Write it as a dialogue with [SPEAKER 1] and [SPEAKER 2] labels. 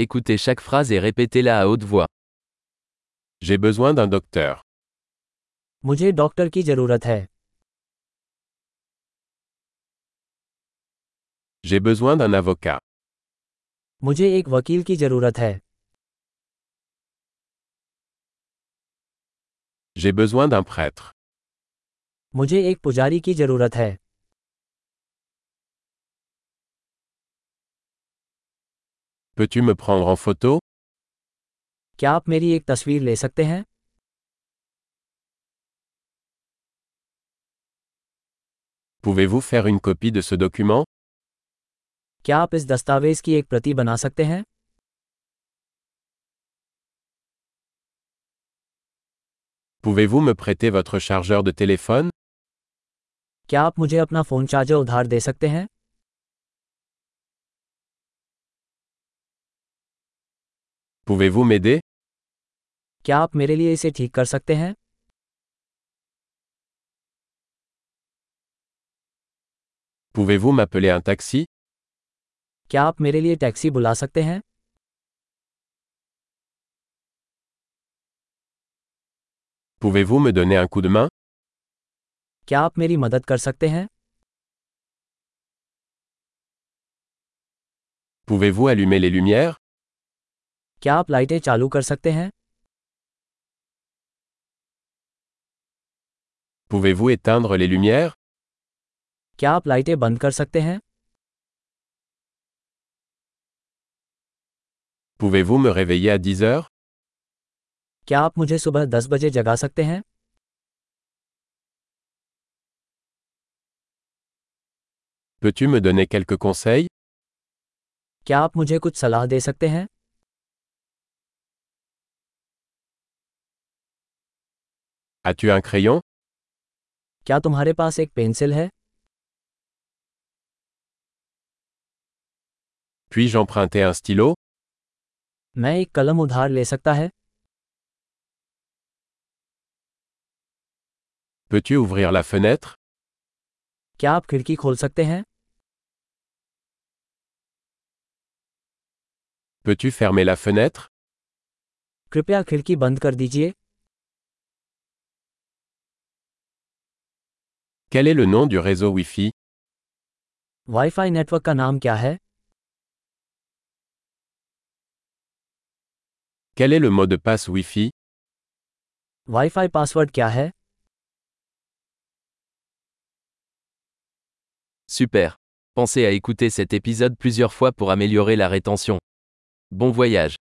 [SPEAKER 1] Écoutez chaque phrase et répétez-la à haute voix.
[SPEAKER 2] J'ai besoin d'un docteur.
[SPEAKER 3] मुझे डॉक्टर की जरूरत है
[SPEAKER 2] J'ai besoin d'un avocat.
[SPEAKER 3] मुझे एक वकील की जरूरत है
[SPEAKER 2] J'ai besoin d'un prêtre.
[SPEAKER 3] मुझे एक पुजारी की जरूरत है
[SPEAKER 2] Peux-tu me prendre en photo
[SPEAKER 3] क्या आप मेरी एक तस्वीर ले सकते हैं
[SPEAKER 2] Pouvez-vous faire une copie de ce document
[SPEAKER 3] क्या आप इस दस्तावेज की एक प्रति बना सकते हैं
[SPEAKER 2] Pouvez-vous me prêter votre chargeur de téléphone
[SPEAKER 3] क्या आप मुझे अपना फोन चार्जर उधार दे सकते हैं
[SPEAKER 2] Pouvez-vous m'aider
[SPEAKER 3] क्या आप मेरे लिए इसे ठीक कर सकते हैं
[SPEAKER 2] Pouvez-vous m'appeler un taxi
[SPEAKER 3] क्या आप मेरे लिए टैक्सी बुला सकते हैं
[SPEAKER 2] Pouvez-vous me donner un coup de main
[SPEAKER 3] क्या आप मेरी मदद कर सकते हैं
[SPEAKER 2] Pouvez-vous allumer les lumières
[SPEAKER 3] क्या आप लाइटें चालू कर सकते हैं
[SPEAKER 2] Pouvez-vous éteindre les lumières
[SPEAKER 3] क्या आप लाइटें बंद कर सकते हैं
[SPEAKER 2] Pouvez-vous me réveiller à 10 heures
[SPEAKER 3] क्या आप मुझे सुबह दस बजे जगा सकते हैं
[SPEAKER 2] Peux-tu me donner quelques conseils
[SPEAKER 3] क्या आप मुझे कुछ सलाह दे सकते हैं
[SPEAKER 2] As-tu un crayon
[SPEAKER 3] क्या तुम्हारे पास एक पेंसिल है
[SPEAKER 2] Puis-je emprunter un stylo
[SPEAKER 3] मैं एक कलम उधार ले सकता है
[SPEAKER 2] Peux-tu ouvrir la fenêtre
[SPEAKER 3] क्या आप खिड़की खोल सकते हैं
[SPEAKER 2] Peux-tu fermer la fenêtre
[SPEAKER 3] कृपया खिड़की बंद कर दीजिए
[SPEAKER 2] Quel est le nom du réseau Wi-Fi
[SPEAKER 3] वाईफाई नेटवर्क का नाम क्या है
[SPEAKER 2] Quel est le mot de passe Wi-Fi
[SPEAKER 3] वाईफाई पासवर्ड क्या है
[SPEAKER 1] Super. Pensez à écouter cet épisode plusieurs fois pour améliorer la rétention. Bon voyage.